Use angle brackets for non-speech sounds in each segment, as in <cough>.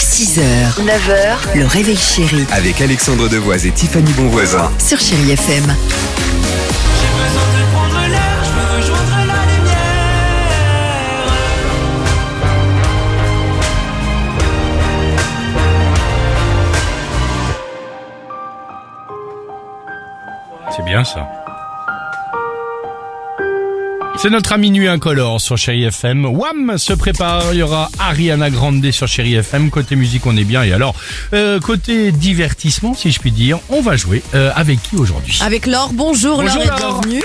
6h, 9h, le réveil chéri Avec Alexandre Devoise et Tiffany Bonvoisin. sur Chéri FM. J'ai besoin de prendre l'air, je veux rejoindre la lumière. C'est bien ça. C'est notre ami Nuit Incolore sur Chéri FM. Wham se prépare, il y aura Ariana Grande sur Chéri FM. Côté musique, on est bien. Et alors, euh, côté divertissement, si je puis dire, on va jouer euh, avec qui aujourd'hui Avec Laure, bonjour, Laure, Bonjour, et Laure. bienvenue.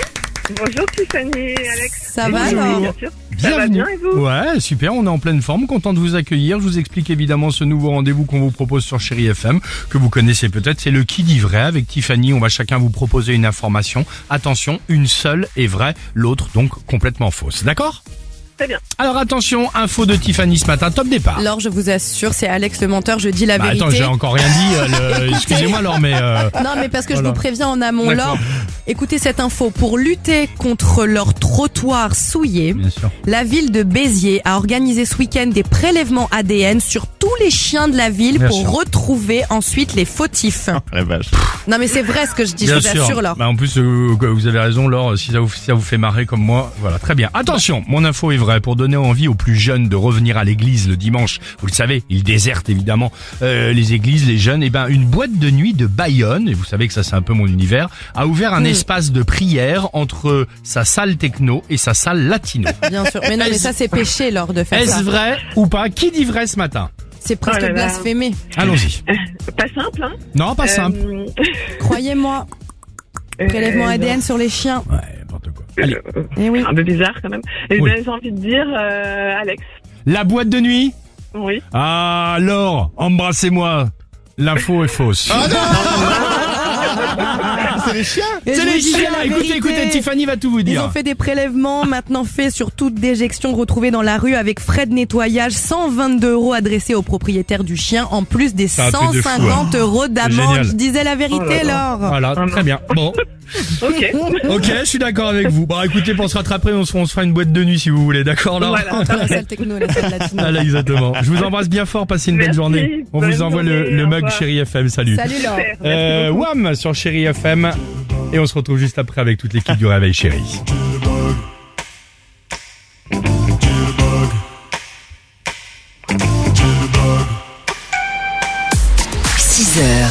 Bonjour Tiffany, Alex. Ça va Oui, Laure bien sûr. Ça va bien et vous Ouais, super, on est en pleine forme, content de vous accueillir. Je vous explique évidemment ce nouveau rendez-vous qu'on vous propose sur Chéri FM, que vous connaissez peut-être, c'est le qui dit vrai. Avec Tiffany, on va chacun vous proposer une information. Attention, une seule est vraie, l'autre donc complètement fausse. D'accord Très bien. Alors attention, info de Tiffany ce matin, top départ. Laure, je vous assure, c'est Alex le menteur, je dis la Bah, vérité. attends, j'ai encore rien dit. euh, <laughs> le- Excusez-moi alors, mais... euh, Non, mais parce que Voilà. je vous préviens en amont, D'accord. Laure. Écoutez cette info. Pour lutter contre leurs trottoirs souillés, Bien sûr. la ville de Béziers a organisé ce week-end des prélèvements ADN sur tous les chiens de la ville Bien pour sûr. Ah, retrouver ensuite les fautifs. Non, mais c'est vrai ce que je dis, je vous assure, Laure. Bah, en plus, euh, vous avez raison, Laure. Si ça, vous, si ça vous fait marrer comme moi, voilà, très bien. Attention, mon info est vraie. Pour donner envie aux plus jeunes de revenir à l'église le dimanche, vous le savez, ils désertent évidemment euh, les églises, les jeunes. Et ben, une boîte de nuit de Bayonne, et vous savez que ça c'est un peu mon univers, a ouvert Mm. un espace de prière entre sa salle techno et sa salle latino. Bien sûr. Mais non, mais Est-ce- ça, <laughs> c'est péché, Laure, de faire ça. Est-ce vrai ou pas Qui dit vrai ce matin C'est presque Oh là là. blasphémé. Allons-y. Pas simple, hein Non, pas simple. Euh, Croyez-moi. euh, Prélèvement non. ADN sur les chiens. Ouais, n'importe quoi. Allez, Euh, Eh oui. Un peu bizarre quand même. Et Oui. ben, j'ai envie de dire euh, Alex. la boîte de nuit Oui. Ah, alors, embrassez-moi. L'info est fausse. Et je C'est vous les dis chiens. la Écoutez, vérité. écoutez, Tiffany va tout vous Ils dire. ont fait des prélèvements maintenant faits sur toute déjection retrouvée dans la rue avec frais de nettoyage, 122 euros adressés au propriétaire du chien en plus des un truc de fou, 150 euros d'amende. Génial. Je disais la vérité, Oh là Laure. Voilà, très bien. Bon, <laughs> Ok. ok, je suis d'accord avec vous. Bah écoutez, pour se rattraper, on se, on se fera une boîte de nuit si vous voulez, d'accord là voilà. Entre la salle techno et la salle <laughs> latino. Voilà, exactement. Je vous embrasse bien fort, passez une bonne Merci, journée. On bonne vous envoie le, journée, le au mug revoir. Chéri FM, salut. Salut Laure. Super. Euh, Wham sur Chéri FM. Et on se retrouve juste après avec toute l'équipe du Réveil Chéri. h